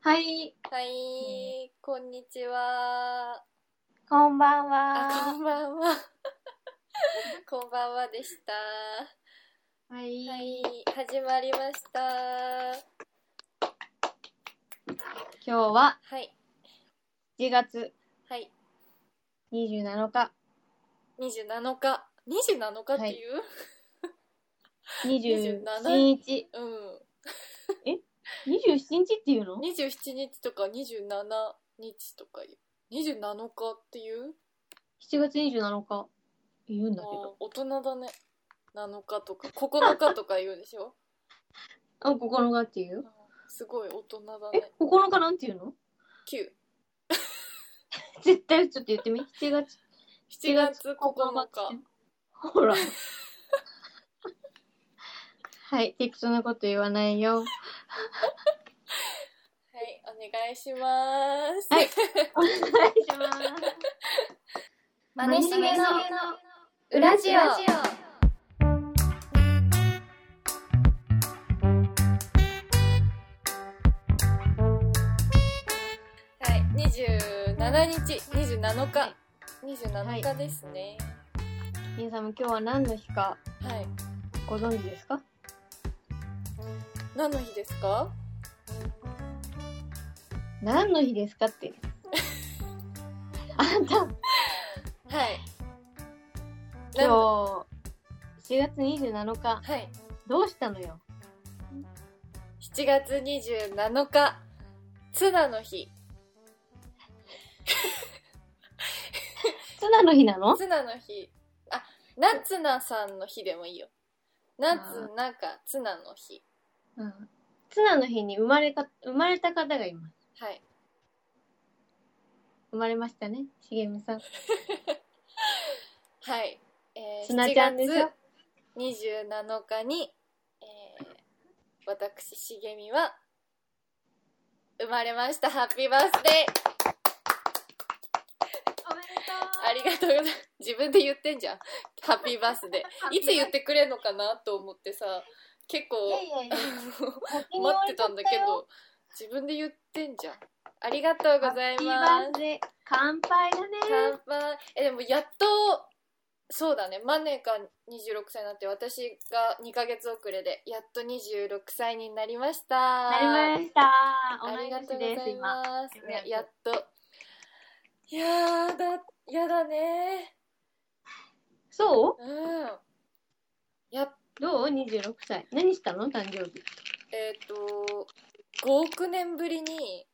はい、はい、こんにちは。こんばんあ、は。こんばんは。 こんばんはでした。ははい、い、始まりました。は、今日はい1月はい、 27日、 27日。27日って27日、27日っていいう、27ううのん。27日とか27日とかいう。27日っていう ?7 月27日、言うんだあけど。大人だね。7日とか9日とか言うでしょあ、9日っていううんすごい大人だえね。、 9日なんていうの9。絶対ちょっと言ってみ。7月7月9日。ほら。はい、適当なこと言わないよ。はい、お願いします。はいお願いします。マネしげのウラジオ。はい、二十七日、二十七日、二十七日ですね。皆さんも今日は何の日かはい、ご存知ですか何の日ですか？何の日ですかって。あんた、はい。なん今日、7月27日、はい、どうしたのよ。七月二十七日、ツナの日。ツナの日なのツナの日。あ、ナツナさんの日でもいいよ。ナツナかツナの日。うん。ツナの日に生まれか、生まれた方がいます。はい。生まれましたね、しげみさん。はい。えー、ツナちゃんでしょ7月27日に、えー、私、しげみは、生まれました。ハッピーバースデーおめでありがとうございます。自分で言ってんじゃん。ハッピーバースデー。いつ言ってくれるのかなと思ってさ、結構、いやいやいや、先に 待って終わたっんちゃだったけよ。ど、自分で言ってんじゃん。ありがとうござハいッピーバまーすス。デー乾杯だね。乾杯えでもやっとそうだねマネが26歳になって私が2ヶ月遅れでやっと26歳になりましたなりました。同あいりがと年うござです、い今。ます今ややっといやーだやだねそううんやっどう ?26 歳。何したの誕生日。えっ、と5億年ぶりに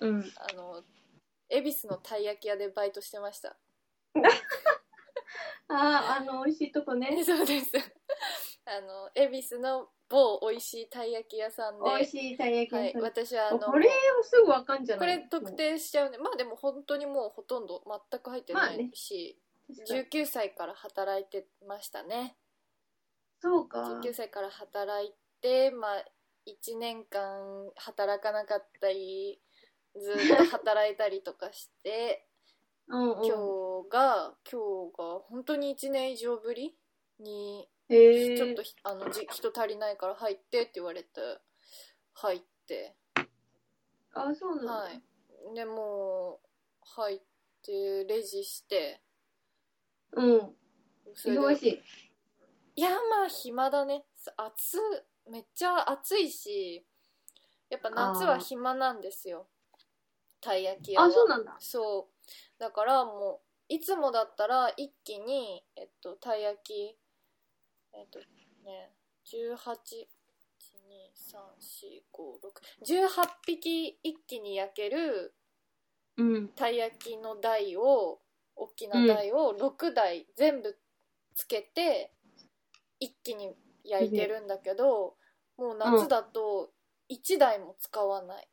うん。あの恵比寿のたい焼き屋でバイトしてましたああ、あの、美味しいとこね。そうです あの恵比寿の某美味しいたい焼き屋さんで美味しいたい焼きは屋いさん、私はあのこれをすぐわかんじゃこないれ特定しちゃうねまあでも本当にもうほとんど全く入ってなまあねいし、確かに19歳から働いてましたねそうか19歳から働いてまあ1年間働かなかったりずっと働いたりとかして うんうん今日が今日が本当に1年以上ぶりにへえちょっとひあのじ人足りないから入ってって言われて入って。あそうなんだ、はい。でもう入ってレジしてうんそれで忙しいいやまあ暇だね暑めっちゃ暑いしやっぱ夏は暇なんですよたい焼き屋はあそうなんだそうだからもういつもだったら一気にえっとたい焼きえっとね18 12345 6 18匹一気に焼けるうんたい焼きの台を大きな台を6台全部つけて一気に焼いてるんだけど、もう夏だと1台も使わない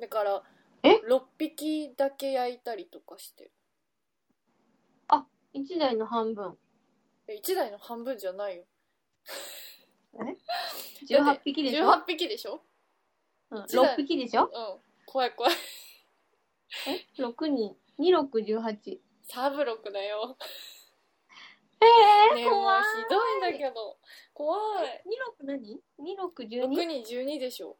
だからえ6匹だけ焼いたりとかしてる一台の半分1台の半分じゃないよだっ18て匹でしょ、 18匹でしょうん、一台6匹でしょうん怖い怖いえ6人2618サブロックだよええねえもう怖いひどいんだけど怖い26何 ?2612? 6に12でしょ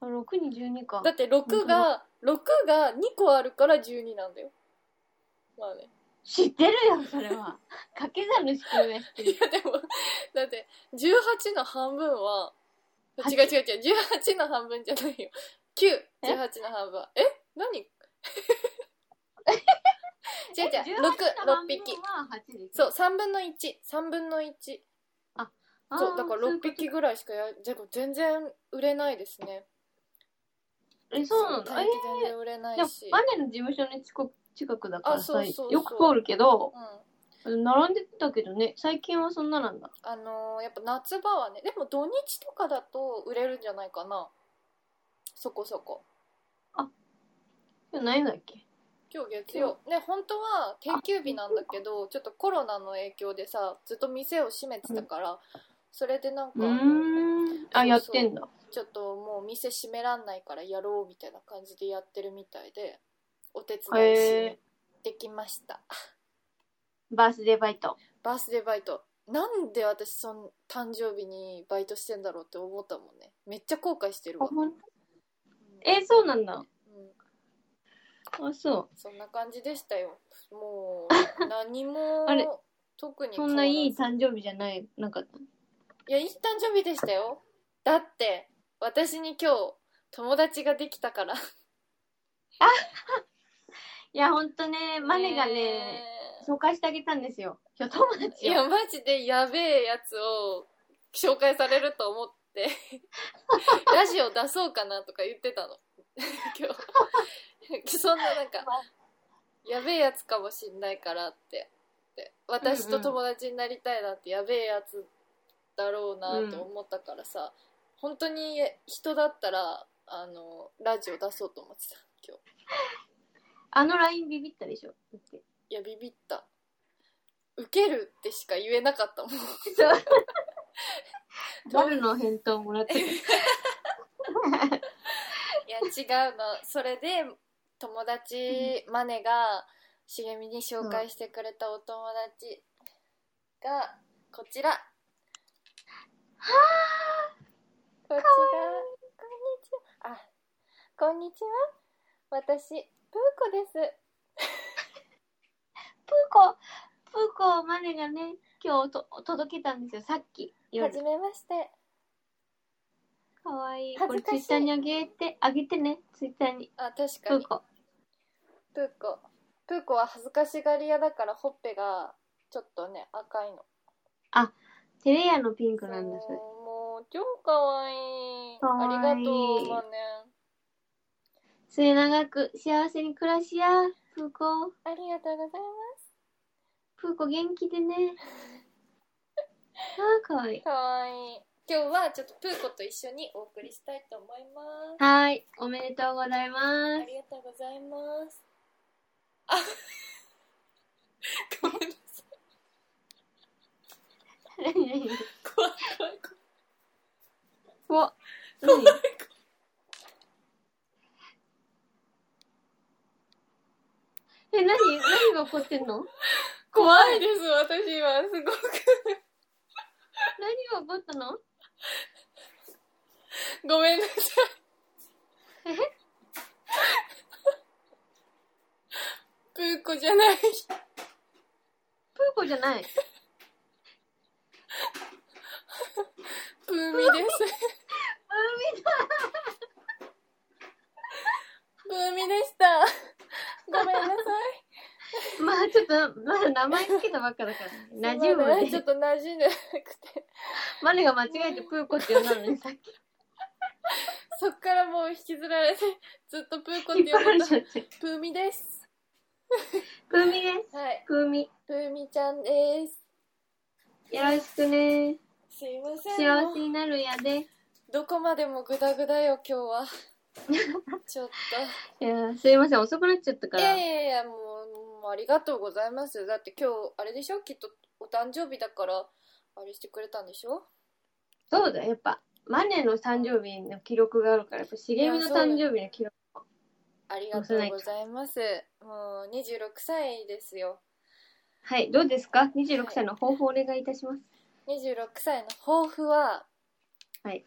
あ6に12かだって6が6が2個あるから12なんだよまあね 知ってるよそれは掛け算の仕組みは知っていやるでもだって18の半分は違う違う違う18の半分じゃないよ918の半分はえ何 違え18う違う6の六半分匹は8ですねそう3分の13分の1あそーうだからそうい6うこと匹ぐらいしかやじゃあ全然売れないですねえそうなんそだ大え気全然売れなでもいし、マネの事務所の近く近くだからあそさうそうそうよく通るけどうん並んでたけどね最近はそんななんだあのーやっぱ夏場はねでも土日とかだと売れるんじゃないかなそこそこ今日ないんだっけ今日月曜ね本当は定休日なんだけどちょっとコロナの影響でさずっと店を閉めてたから、それでなんかうーんあやってんだちょっともう店閉めらんないからやろうみたいな感じでやってるみたいでお手伝いしに行ってきましたバースデーバイトバースデーバイトなんで私そん誕生日にバイトしてんだろうって思ったもんねめっちゃ後悔してるわ、えそうなんだうんあそそんな感じでしたよもう何 もあれ特にうそんないい変わら誕生日じゃないなかったずいやいい誕生日でしたよだって私に今日友達ができたからいやほんとねマネがねね紹介してあげたんですよ今日友い達をやマジでやべえやつを紹介されると思って ラジオ出そうかなとか言ってたの 今日 そんななんかやべえやつかもしんないからってって私と友達になりたいなんてやべえやつだろうなと思ったからさ、本当に人だったらあのラジオ出そうと思ってた今日あの LINE ビビったでしょだっていやビビった受けるってしか言えなかったもん誰の返答もらっていや違うのそれで友達、マネが茂みに紹介してくれたお友達がこちらはあこちらこんにちはあこんにちは私プーコですプーコプーコをマネがね今日と届けたんですよさっきは夜じめましてかわいいこ恥れずかツしイいッターにあげてあげてねツイッターにあ確プかーにコプーコプーコは恥ずかしがり屋だからほっぺがちょっとね赤いのテレヤのピンクなんだそそうれもう超かわいいかわいいありがとうマネ末永く幸せに暮らしやプーコありがとうございまプーコ元気でねあーかわいい すかわいい今日はちょっとプーコと一緒にお送りしたいと思いますはーいおめでとうございあますりがとうございますあ ごめんなさい怖い怖い怖いお怖い何怖いえ何何が起こってんの怖いです私今すごく何が起こったのごめんなさいえ プーコじゃないプーコじゃないプーミです海だプーミでしたごめんなさいまあちょっとまだ名前つけたばっかだから馴染まだむねちょねっと馴染んでなく てマネが間違えてプーコって呼んだのにさっきそっからもう引きずられてずっとプーコっ引って張呼らんれでちたゃってプーミですプーミですはいプーミプーミちゃんですよろしくね すいません幸せもうになるやでどこまでもグダグダよ今日 はちょっいやーすいません遅くなっちゃったかといらやいやいやもうもうありがとうございますだって今日あれでしょきっとお誕生日だからあれしてくれたんでしょそうだやっぱマネの誕生日の記録があるからやっぱ茂みの誕生日の記録ありがとうございますもう26歳ですよはいどうですか26歳の抱負お願いいたします26歳の抱負ははい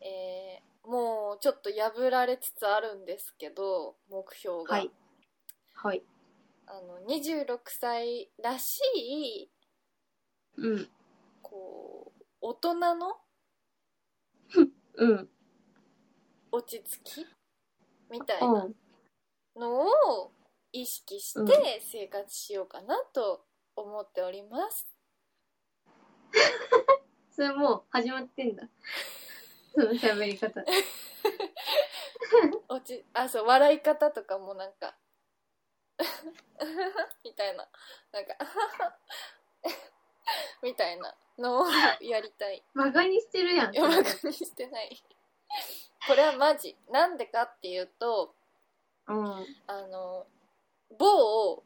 えーもうちょっと破られつつあるんですけど目標が、はいはいあの26歳らしいうんこう大人のうん落ち着きみたいうなんのを意識して生活しようかなと思っております。それもう始まってんだ その喋り方落ちあそう笑い方とかもなんか みたいななんか みたいなのをやりたい。バカにしてるやんうまくにしてない。これはマジなんでかっていうとうんあの某を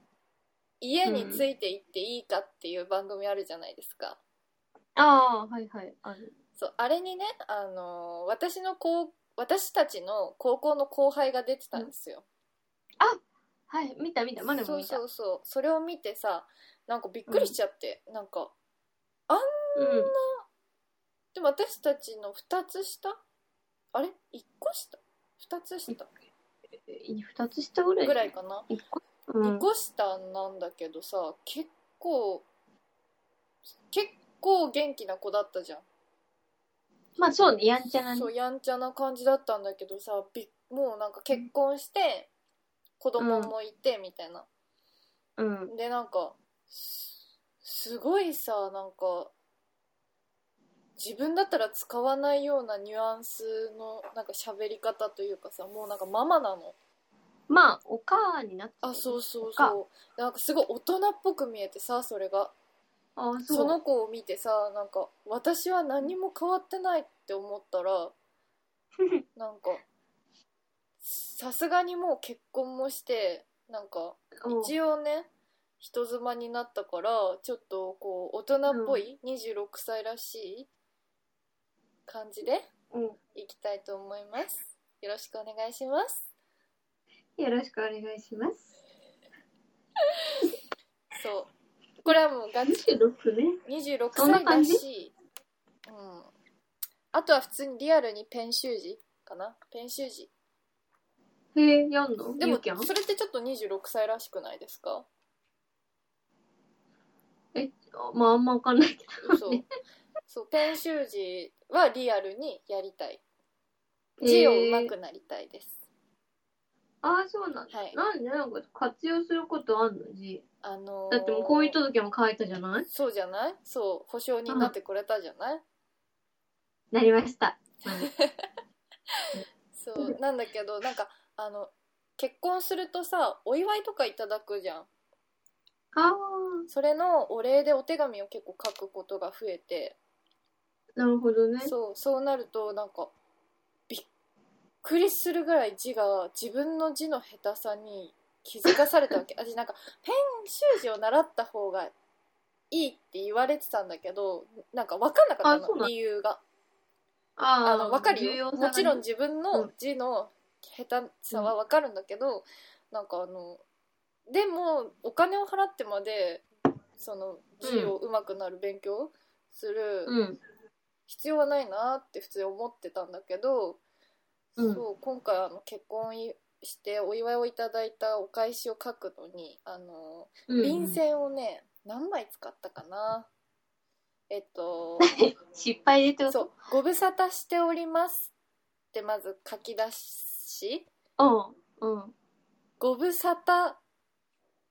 家について行っていいかっていう番組あるじゃないですか。ああーはいはいあるそうあれにね、あのー私の高私たちの高校の後輩が出てたんですよ。はい見た見たマネそもう見たそうそうそれを見てさなんかびっくりしちゃって、なんかうんでも私たちの2つ下あれ ?1 個下 ?2 つ下二つ下ぐらいぐらいかな、一個うん2個下なんだけどさ結構結構元気な子だったじゃん。まあそうねやんちゃなねそうやんちゃな感じだったんだけどさびっもうなんか結婚して子供もいてみたいな。うんでなんかすすごいさなんか自分だったら使わないようなニュアンスのなんか喋り方というかさもうなんかママなのまあお母になってあそううそうそうなんかすごい大人っぽく見えてさそれがあーそうその子を見てさなんか私は何も変わってないって思った らなんかさすがにもう結婚もしてなんかうん一応ね人妻になったからちょっとこう大人っぽい、26歳らしい感じでうんいきたいと思いますよろしくお願いしますよろしくお願いします。そうこれはもうガチ26ね。 26そんな歳ら感じしいうんあとは普通にリアルにペン習字かなペン習字へえ、やんのでもゆうきゃんそれってちょっと26歳らしくないですかえ、まああんまわかんないけ そうそうペン習字はリアルにやりたいど。字をへえ上手くなりたいです、ああ、そうなんだ。はいなんでなんか活用することあんの字。あのーだってもう婚姻届も書いたじゃないそうじゃないそう保証人になってくれたじゃない、なりました。そうなんだけどなんかあの結婚するとさお祝いとかいただくじゃんああ、それのお礼でお手紙を結構書くことが増えてなるほどね。そうそうなるとなんかびっくりするぐらい字が自分の字の下手さに気づかされ たわけ私なんかペン習字を習った方がいいって言われてたんだけどなんか分かんなかっあたそうなのの理由がああ、あの分かる重要よさがもちろんね。自分の字の下手さは分かるんだけど、なんかあのでもお金を払ってまでその字を上手くなる勉強するうん。必要はないなって普通に思ってたんだけど、うんそう今回あの結婚いしてお祝いをいただいたお返しを書くのにあのうん。便箋をね何枚使ったかなえっ と失敗でってことそう「ご無沙汰しております」ってまず書き出しう。うん。うん。 「ご無沙汰」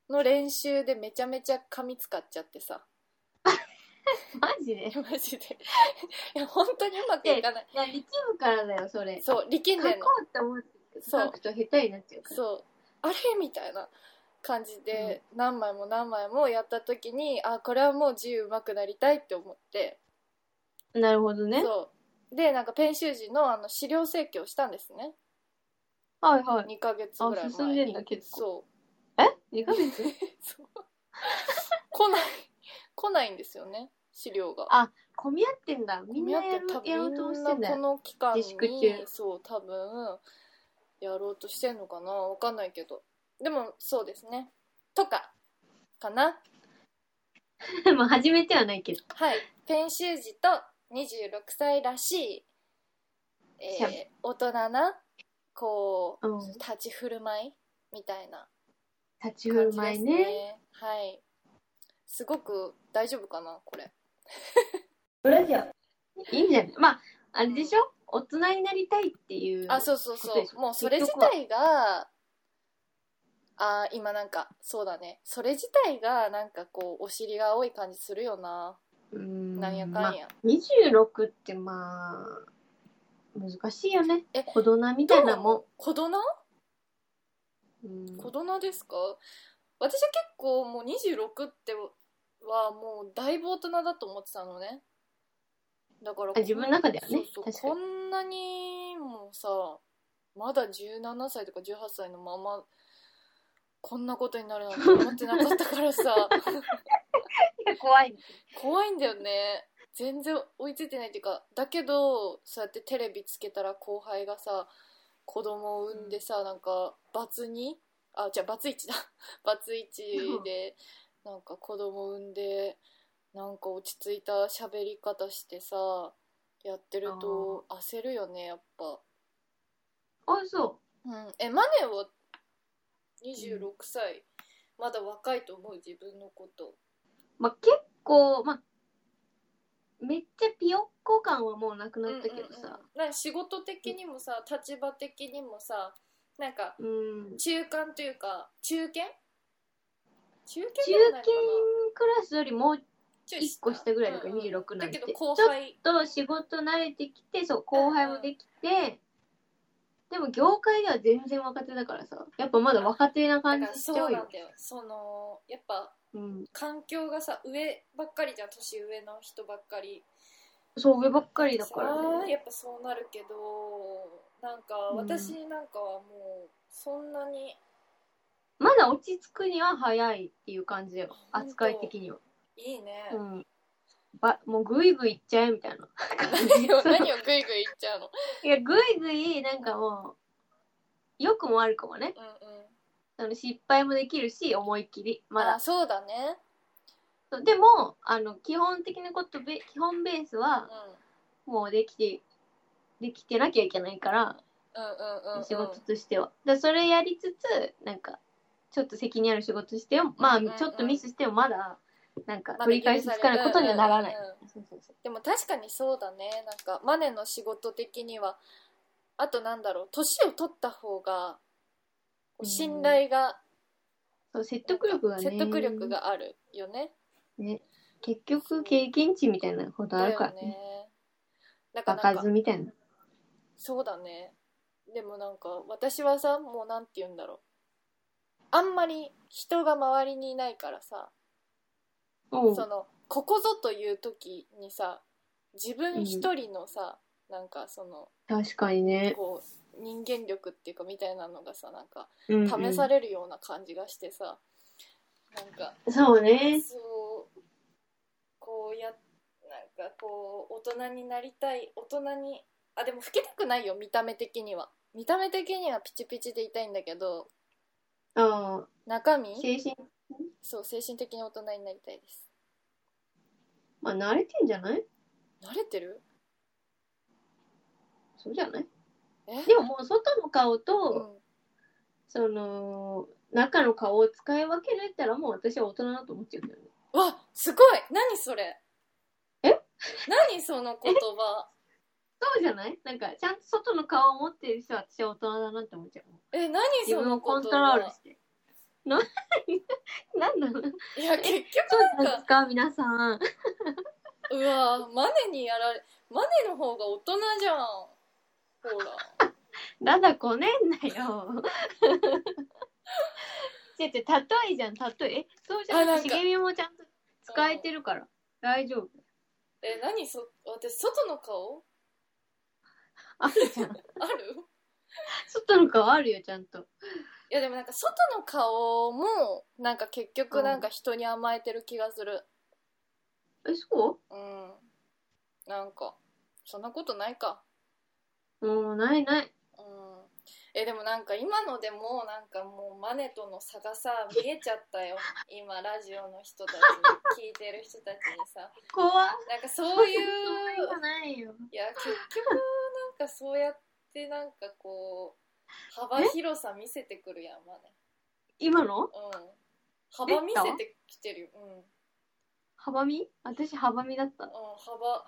の練習でめちゃめちゃ紙使っちゃってさ マジで。いマジでいや本当にうまくいかないや、力むからだよ、それ。そう力ん書こでんのうって思ってそう書くと下手になっちゃうから。そうあれみたいな感じで何枚も何枚もやった時にあこれはもう自由うまくなりたいって思ってなるほどね。そうでなんかペン習字のあの資料請求をしたんですねはいはい。 2ヶ月ぐらい前にあ進んでんだ結構そう2ヶ月そう来ない来ないんですよね資料があ混み合ってんだ。みんなやる多分やろうとしてみんんなだこよ。の期間に自粛中そう多分やろうとしてんのかなわかんないけどでもそうですねとかかな まあ始めてはないけど。はいペン習字と26歳らしい、そうえー大人なこう、うん立ち振る舞いみたいな立ち振感るじで舞いすねね。はいすごく大丈夫かなこれいいんじゃないまあ、あれでしょ大人になりたいっていう。あそうそうことそでしょうもうそれ自体があー今なんかそうだねそれ自体がなんかこうお尻が青い感じするよなうーん。なんやかまんあや、 26ってまあ、難しいよね。え子供みたいなも子供ん。うん子供ですか私は結構もう26ってはもうだいぶ大人だと思ってたのねだからあ自分の中ではねそうそう確かにこんなにもさまだ17歳とか18歳のままこんなことになるなんて思ってなかったからさ怖い。怖いんだよね全然追いついてないっていうかだけどそうやってテレビつけたら後輩がさ子供を産んでさ、なんかバツ2あじゃあバツ1だ バツ1でなんか子供を産んでなんか落ち着いた喋り方してさやってると焦るよねやっぱ、あ、そうん、えマネは26歳、まだ若いと思う自分のことう。まあ結構、まあ、めっちゃピヨッコ感はもうなくなったけどうんうんさ。うんなんか仕事的にもさ立場的にもさなんかうん中間というか中堅中堅中でもな堅いかなクラスよりもうちょい1個下ぐらいだからうんうん26なんて。だけどちょ後っ輩と仕事慣れてきて、そう、後輩もできて、でも業界では全然若手だからさ、やっぱまだ若手なだ感かじらしちそゃううなよん。だよそのやっぱうん。環境がさ上ばっかりじゃん年上の人ばっかりそう、上ばっかりだからさあね。やっぱそうなるけどなんかうん私なんかはもうそんなにまだ落ち着くには早いっていう感じだよ。本当扱い的には。いいね、うん。ば、もうぐいぐいいっちゃえみたいな感じ。何を何をグイグイ言っちゃうのいや、ぐいぐい、なんかもう、良くも悪くもね。うんうんその失敗もできるし、思いっきり。 まだあそうだねそうでもあの基本的なことべ基本ベースうはんもうできてできてなきゃいけないからうんうんうんうん仕事としては、だからそれやりつつなんかちょっと責任ある仕事してもまあ、うんうんうんちょっとミスしてもまだなんかまだ取り返しつかないことにはならない、うんうんうんそうそうそうでも確かにそうだねなんかマネの仕事的にはあとなんだろう年を取った方がこううん信頼が、そう説得力がね説得力があるよね結局経験値みたいなことあだるかよらねねだから場なんか数みたいなそうだねでもなんか私はさもうなんて言うんだろうあんまり人が周りにいないからさ、うんそのここぞという時にさ自分一人のさ、なんかその確かにね、こう人間力っていうかみたいなのがさなんかうんうん試されるような感じがしてさ、なんかそうねそうこうやなんかこう大人になりたい大人にあでも老けたくないよ見た目的には見た目的にはピチピチでいたいんだけどあ中あ身精神そう精神的に大人になりたいですまあ慣れてんじゃない慣れてるそうじゃないえでももう外の顔と、うんその中の顔を使い分けられたらもう私は大人だと思っちゃうんだよね。うわすごい何それえ何その言葉そうじゃないなんかちゃんと外の顔を持ってる人は私は大人だなって思っちゃう。え何自そ分のをコ言葉ントロールして。な、 なんなのいや結局そうななんんでかすか皆さん。うわマネにやられマネの方が大人じゃんほらだだこねんな よ。違う違う、例えじゃん、例え。え、そうじゃあななんくかて、茂みもちゃんと使えてるから。大丈夫。え何そ私外の顔あるじゃん。 ある外の顔あるよ、ちゃんと。いやでもなんか外の顔もなんか結局なんか人に甘えてる気がするえ、そうん、なんかそんなことないかうもうないない。うんえでもなんか今のでもなんかもうマネとの差がさ見えちゃっ たよ今ラジオの人たちに聞いてる人たちにさ怖い。 なんかそういそういううのないよ。いや結局かそうやってなんかこう幅広さ見せてくるやんまあね今のうん幅見せてきてるようん、うん、幅見私幅見だった。 幅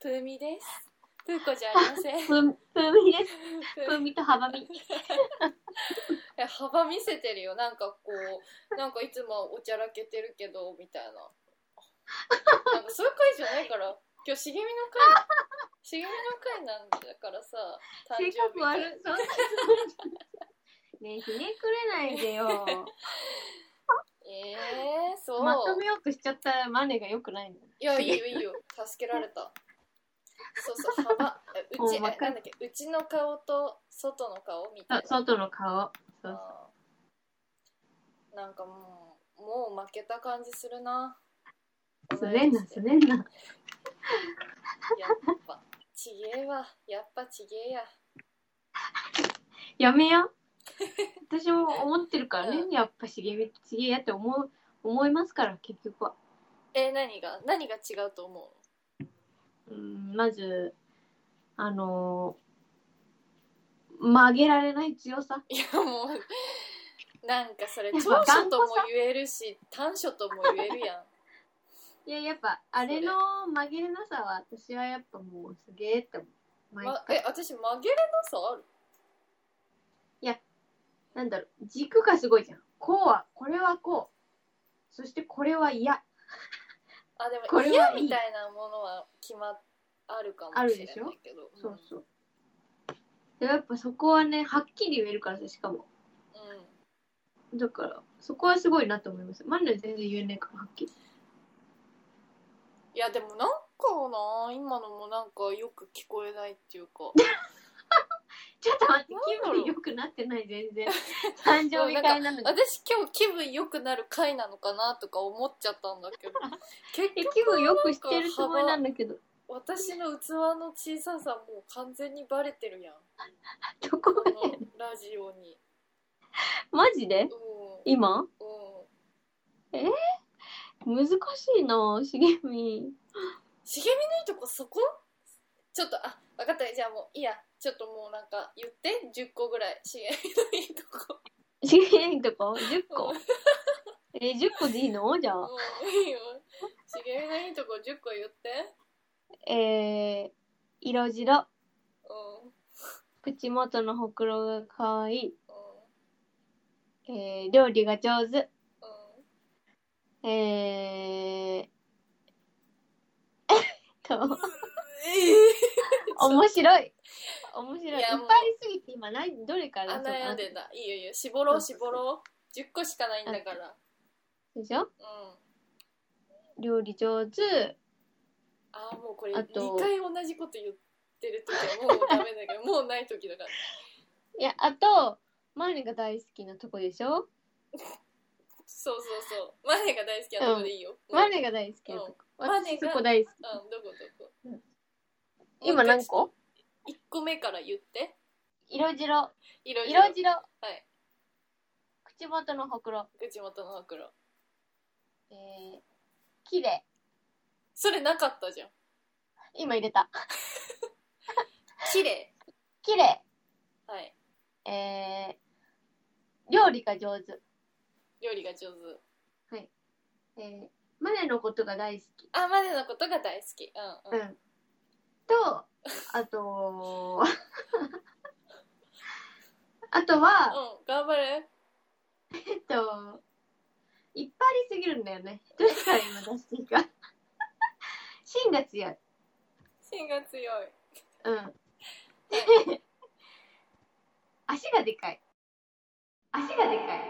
トゥーミーですトゥーコじゃありませんふん、ふんみです。トゥふーんミみと幅見。 え幅見せてるよなんかこうなんかいつもおちゃらけてるけどみたいななんかそういう回じゃないから今日茂みの回茂みの回なんだからさ誕性生日格会悪い。そんな。ねえ、ひねくれないでよ。えー、そう、まとめようとしちゃったマネが良くないんだ。いやいいよいいよ助けられたそうそう幅えうちえもうなん分かるだっけうちの顔と外の顔みたいあな外の顔。そうあーなんかもうもう負けた感じするなすねんな、すねんな。やっぱちげえわやっぱちげえややめよ。私も思ってるからね、うやっぱしげみちげやって思う思いますから結局は。え何が何が違う と思うんまずあのー曲げられない強さ。ういやもうなんかそれやっ長ぱ所頑とも固さ言えるし短所とも言えるや んいややっぱあれの曲げれなさは私はやっぱもうすげえって思う。毎ま、回え私曲げれなさあるなんだろう軸がすごいじゃん。こうはこれはこう。そしてこれは嫌あでこもれ嫌はいいみたいなものは決まっあるかもあるしれでないしょけどそうそう。でやっぱそこはねはっきり言えるからさしかも。うん、うんだからそこはすごいなと思います。マネは全然言えないからはっきり。いやでもなんかな今のもなんかよく聞こえないっていうかちょっと待ってなんだろう気分良くなってない全 然。誕生日会なのに。私今日気分良くなる回なのかなとか思っちゃったん だけど結え局気分良くしてるつもりなんだけ ど、私の器の小ささもう完全にバレてるやんこどこがのラジオにマジでうん今うん難しいなしげみ。茂みのいいとこそこちょっとあ分かったじゃあもういいやちょっともうなんか言って10個ぐらい茂みのいいとこしげみとこ ?10 う個んえー、10個でいいのじゃあ。もういいよ茂みのいいとこ10個言ってえー、色白。うん口元のほくろが可愛い。うんえー、料理が上手。 うえー、えっ と、ん面白い。面白い。いっいぱいやもうすぎて今何、どれからあ悩んでんただいいよいいよ絞ろう絞ろう10個しかないんだからでしょうん料理上手。あーもうこれあ2と回同じこと言ってる時はもうダメだからもうない時だからいや、あと、マーニが大好きなとこでしょ、そうそうそうマネが大好きなとこでいいよ、マーニが大好きなとこ。うんマーニ私がそこ大好き。うんどこどこ今何個 ?1 個目から言って色白。色々色白。はい口元のほくろ。口元のほくろえー、綺麗。それなかったじゃん今入れた。綺麗綺麗。はいえー、料理が上手。料理が上手えー、マネのことが大好き。あマネのことが大好きうんうん、ん。と、あと、 あとは、うん、頑張れえっと、いっぱいありすぎるんだよね。どれから今出していいか。 芯が強い。芯が強いうん。足がでかい。足がでかい。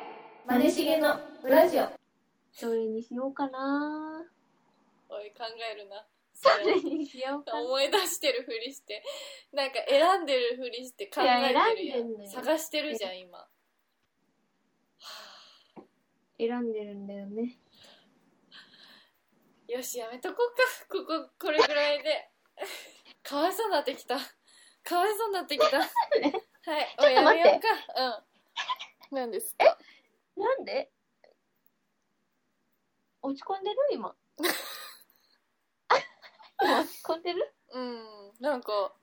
マネしげのラジオどれにしようかな。おい考えるなそどれれにしようかな。思い出してるふりしてなんか選んでるふりして考えてるやいや選んでんのんよ探してるじゃん今は選んでるんだよね。あよしやめとこうかこここれぐらいで かわいそうになってきたかわいそうになって きたはいちょっとお待いってやめようかうんなんですかなんで 落ち込んでる今。落ち込んでるうんなんか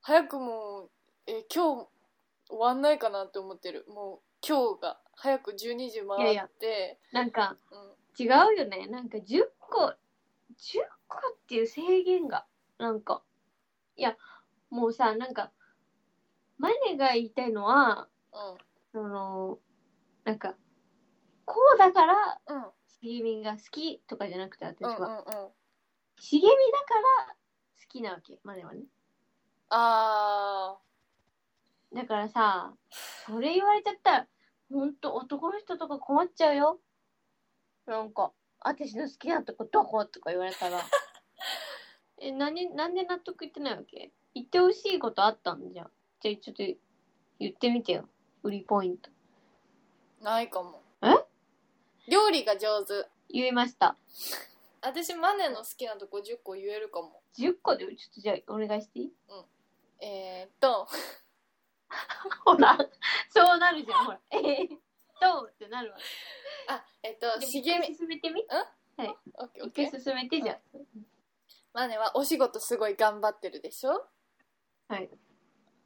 早くもうえ今日終わんないかなって思ってるもう今日が早く12時回っていやなんかうん、違うよねなんか10個10個っていう制限がなんかいやもうさなんかマネが言いたいのはそのなんかこうだからうんうん茂みが好きとかじゃなくて私うんうんはうん茂みだから好きなわけマネはねあだからさそれ言われちゃったらほんと男の人とか困っちゃうよなんか「私の好きなとこどこ?」とか言われたら え何なんで納得いってないわけ言ってほしいことあったんじゃんじゃあちょっと言ってみてよ売りポイントーないかもえ料理が上手言いました私マネの好きなとこ10個言えるかも10個でちょっとじゃあお願いしていい えー、っとほらそうなるじゃんほらえー、どうってなるわあえっとでも茂一み回進めてみオッケーオッ一ケ回ー進めてじゃあマネはお仕事すごい頑張ってるでしょはいう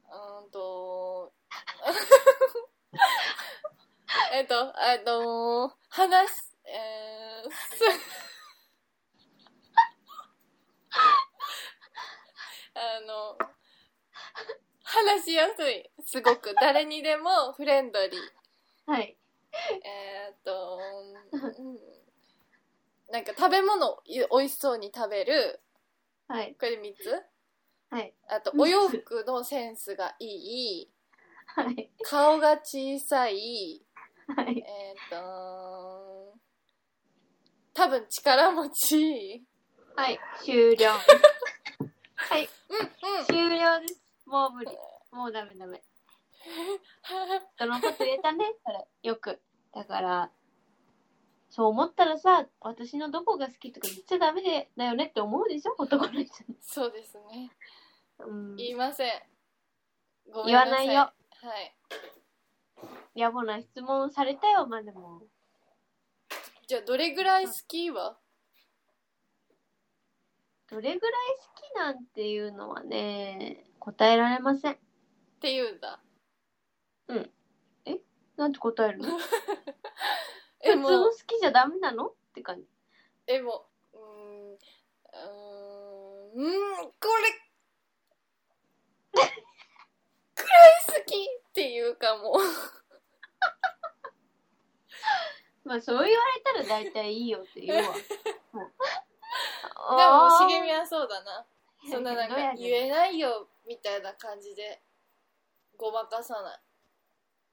ーんと えっとえっと話すえー、 すあの話しやすいすごく誰にでもフレンドリーはいえーっと、うんなんか食べ物を美味しそうに食べる、はいこれで3つはいあと、うんお洋服のセンスがいい、はい顔が小さい、はいえーっと、多分力持ち、はい、終 了。はい、うん、うん、終了です。もう無理。もうダメダメ。人のこと言えたね、それ。よく。だから、そう思ったらさ、私のどこが好きとか言っちゃダメでだよねって思うでしょ、男の人。 そうですね。うん。言いません。ごめんさ言わないよ。はい。野暮な質問されたよ、まあでも。じゃあ、どれぐらい好きはどれぐらい好きなんていうのはね、答えられません。って言う んだ。なんて答えるの普え、通のも好う。きじゃダメなのって感じ。でも、うーん、うーん、うーんこ れ、くらい好きっていうかも。まあそう言われたら大体いいよって言うわ。 もうでも、あー茂みはそうだな。 そんななんかどうや、ねん言えないよ、みたいな感じで、ごまかさない。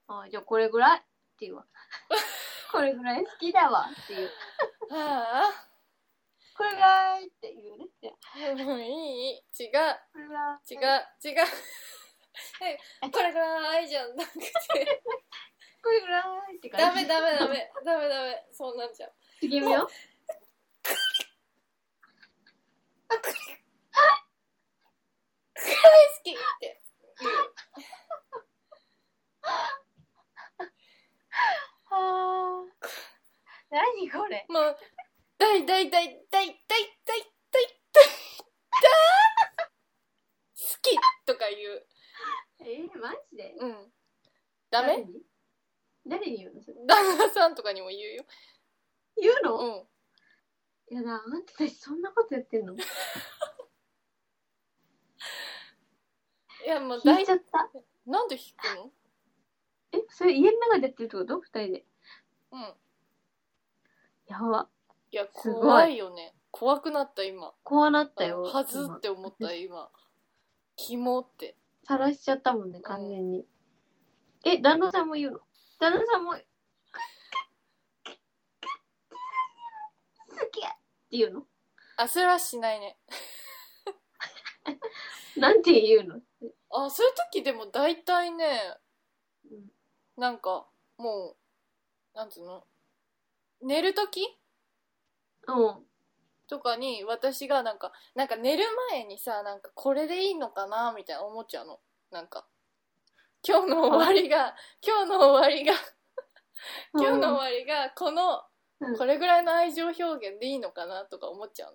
あーじゃあこれぐらいって いうわ。これぐらい好きだわっていう。はあ、これぐらいっていうね。じゃあもういい違う、これぐらい違う、 違う。えこれぐらいじゃなくて、これぐらいって感じ。ダメダメダメ、ダメダメ、そうなんじゃう。次見 よあ、くらい好きって言う。う。はあ。何これもう、だいだいだいだいだいだいだいだい好きとか言えー、マジでう。うん。ダ誰メに誰に言うのそれ旦那さんとかにも言うよ。言うの、うん。いやな、あんたたちそんなことやってんのいや、もうだ聞いいち、ゃった。なんで引くのえ、それ家の中でやってるってこと二人で。うん。やば。いや、すごい怖いよね。怖くなった今。こうなったよ。はず今って思った今。キモって。さらしちゃったもんね、完全に。え、旦那さんも言うの旦那さんも、好きって言うのあ、それはしないね。なんて言うのあ、そういう時でも大体ね、うんなんか、もう、なんつうの寝る時うん。とかに私がなんかなんか寝る前にさなんかこれでいいのかなみたいな思っちゃうのなんか今日の終わりが今日の終わりが今日の終わりがこのうんこれぐらいの愛情表現でいいのかなとか思っちゃう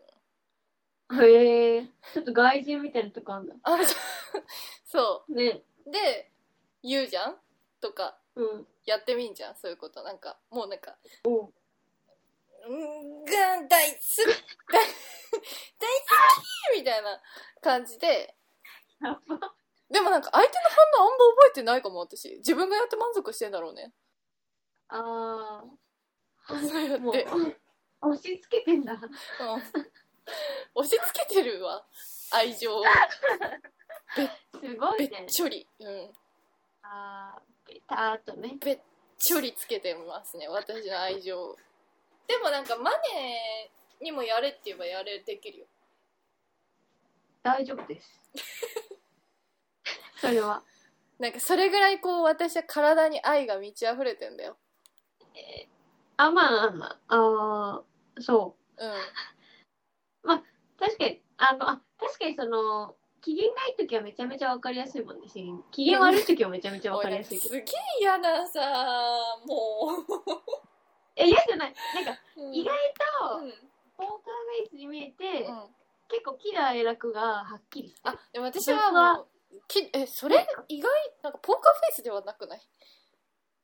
のよへえちょっと外人みたいなとこあんだ。あるじゃんそね。うで言うじゃんとかうん。やってみんじゃんそういうことなんかもうなんかおううんが大好き 大大好きみたいな感じでやばでもなんか相手の反応あんま覚えてないかも私自分がやって満足してんだろうねあそうやあ。っもて、う、押し付けてんだ。うん、押し付けてるわ愛情をすごべいっね。ちょりうんああ、ベターっとね。べっちょりつけてますね私の愛情をでもなんかマネにもやれって言えばやれできるよ大丈夫 です。それは。なんかそれぐらいこう私は体に愛が満ち溢れてんだよあ、まあ、ああ、そう。うん確かに、あの、あ、確かにその、機嫌がいい時はめちゃめちゃわかりやすいもんね、機嫌。機嫌悪い時はめちゃめちゃわおかいりなんやかすいけすど。げえ嫌なさもえ、嫌じゃない。なんか、う、うん意外うと、んポーカーフェイスに見えて、うん結構喜怒哀楽がはっきりしてある。でも私はもうきえそれ意外なんかポーカーフェイスではなくない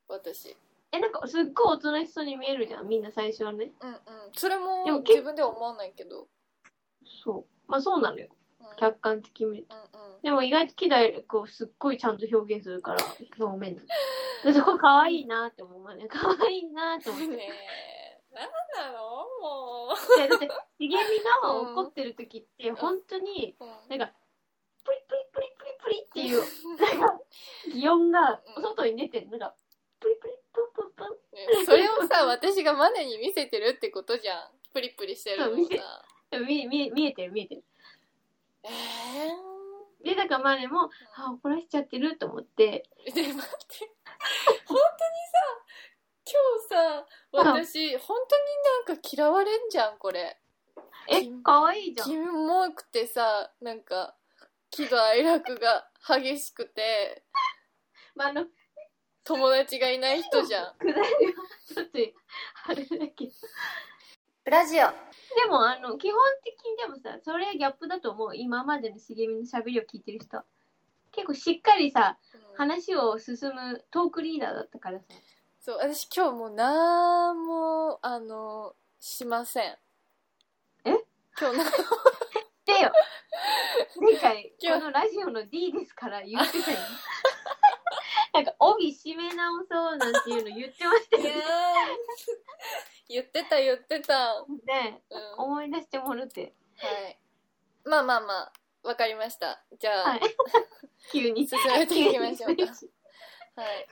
私え、なんかすっごい大人しそうに見えるじゃん、みんな最初はね。うんうんそれもでも自分では思わないけど、そう。まあそうなのよ。うん、うん客観的に。でも意外と喜怒哀楽をすっごいちゃんと表現するから、表面に。でそこ可愛いなって思うね。可愛いなって思うっんて。ねえなんなのもいやだって、茂みが怒ってる時って、本当に、う、うんなんか、プリプリプリプリプリっていう、なんか、擬音がうん外に出てる。なんか、プリプリプンプンプン。ねそれをさ私がマネに見せてるってことじゃんプリプリしてるのそうも見せさでも見見見えてる見えてる。えで、だからマネも、あ、怒らしちゃってると思って、 えで待って本当にさ今日さ私本当になんか嫌われんじゃんこれえキモ、かわいいじゃん。キモくてさなんか喜怒哀楽が激しくてまあ、あの、友達がいない人じゃんくだりはちょっと、あれだけど。ブラジオでも、あの、基本的にでもさ、それギャップだと思う。今までの茂みの喋りを聞いてる人。結構しっかりさ、話を進むトークリーダーだったからさ。そう私今日もうなんもあのしませんえ今日な でよ前 回今こ日のラジオの D ですから言って たよなんか帯締め直そうなんていうの言ってましたよいやーね 言ってた言ってた、うん、ねは思い出してもらっていまあまあまあわかりましたじゃあ、はい急に進めていきましょうかはい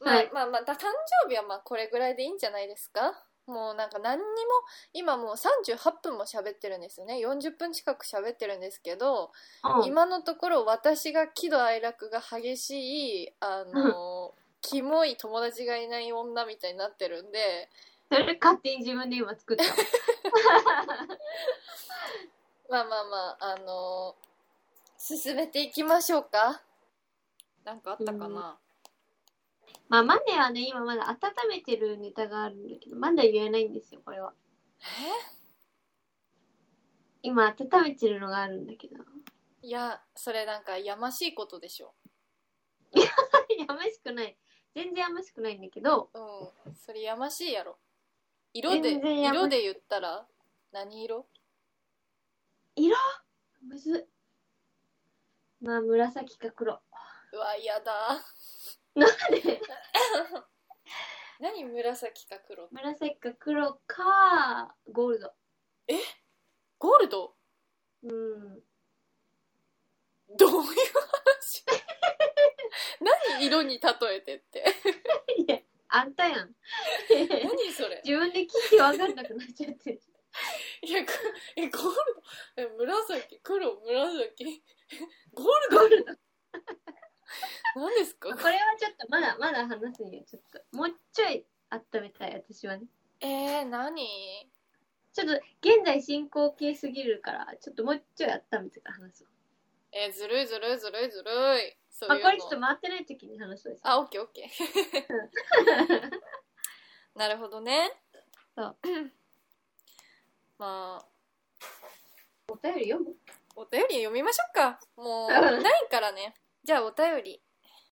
まあ、はいまあまあだ誕生日はまあこれぐらいでいいんじゃないですかもうなんか何にも今もう38分も喋ってるんですよね40分近く喋ってるんですけど、 うん今のところ私が喜怒哀楽が激しいあのキモい友達がいない女みたいになってるんでそれ勝手に自分で今作ったまあまあまああの進めていきましょうかなんかあったかな、まあマネはね今まだ温めてるネタがあるんだけどまだ言えないんですよこれは今温めてるのがあるんだけどえいやそれなんかやましいことでしょ やましくない全然やましくないんだけどうんそれやましいやろ色で全然やましい色で言ったら何色むずっまあ紫か黒うわやだなんで何紫か黒って紫か黒かゴールドゴールドうんどういう話何色に例えてっていやあんたやん 何それ自分で聞いて分かんなくなっちゃ ってるいやこえゴールドえ紫黒紫ゴールゴールドド何ですかこれはちょっとまだまだ話すにはちょっともうちょい温めたい私はねえー、何ちょっと現在進行形すぎるからちょっともうちょい温めてから話そうえー、ずるいずるいずるいずるいそうまあいうこれちょっとの回ってない時に話そうですあオッケーオッケーなるほどねそうまあお便り読むお便り読みましょうかもうないからねじゃあお便り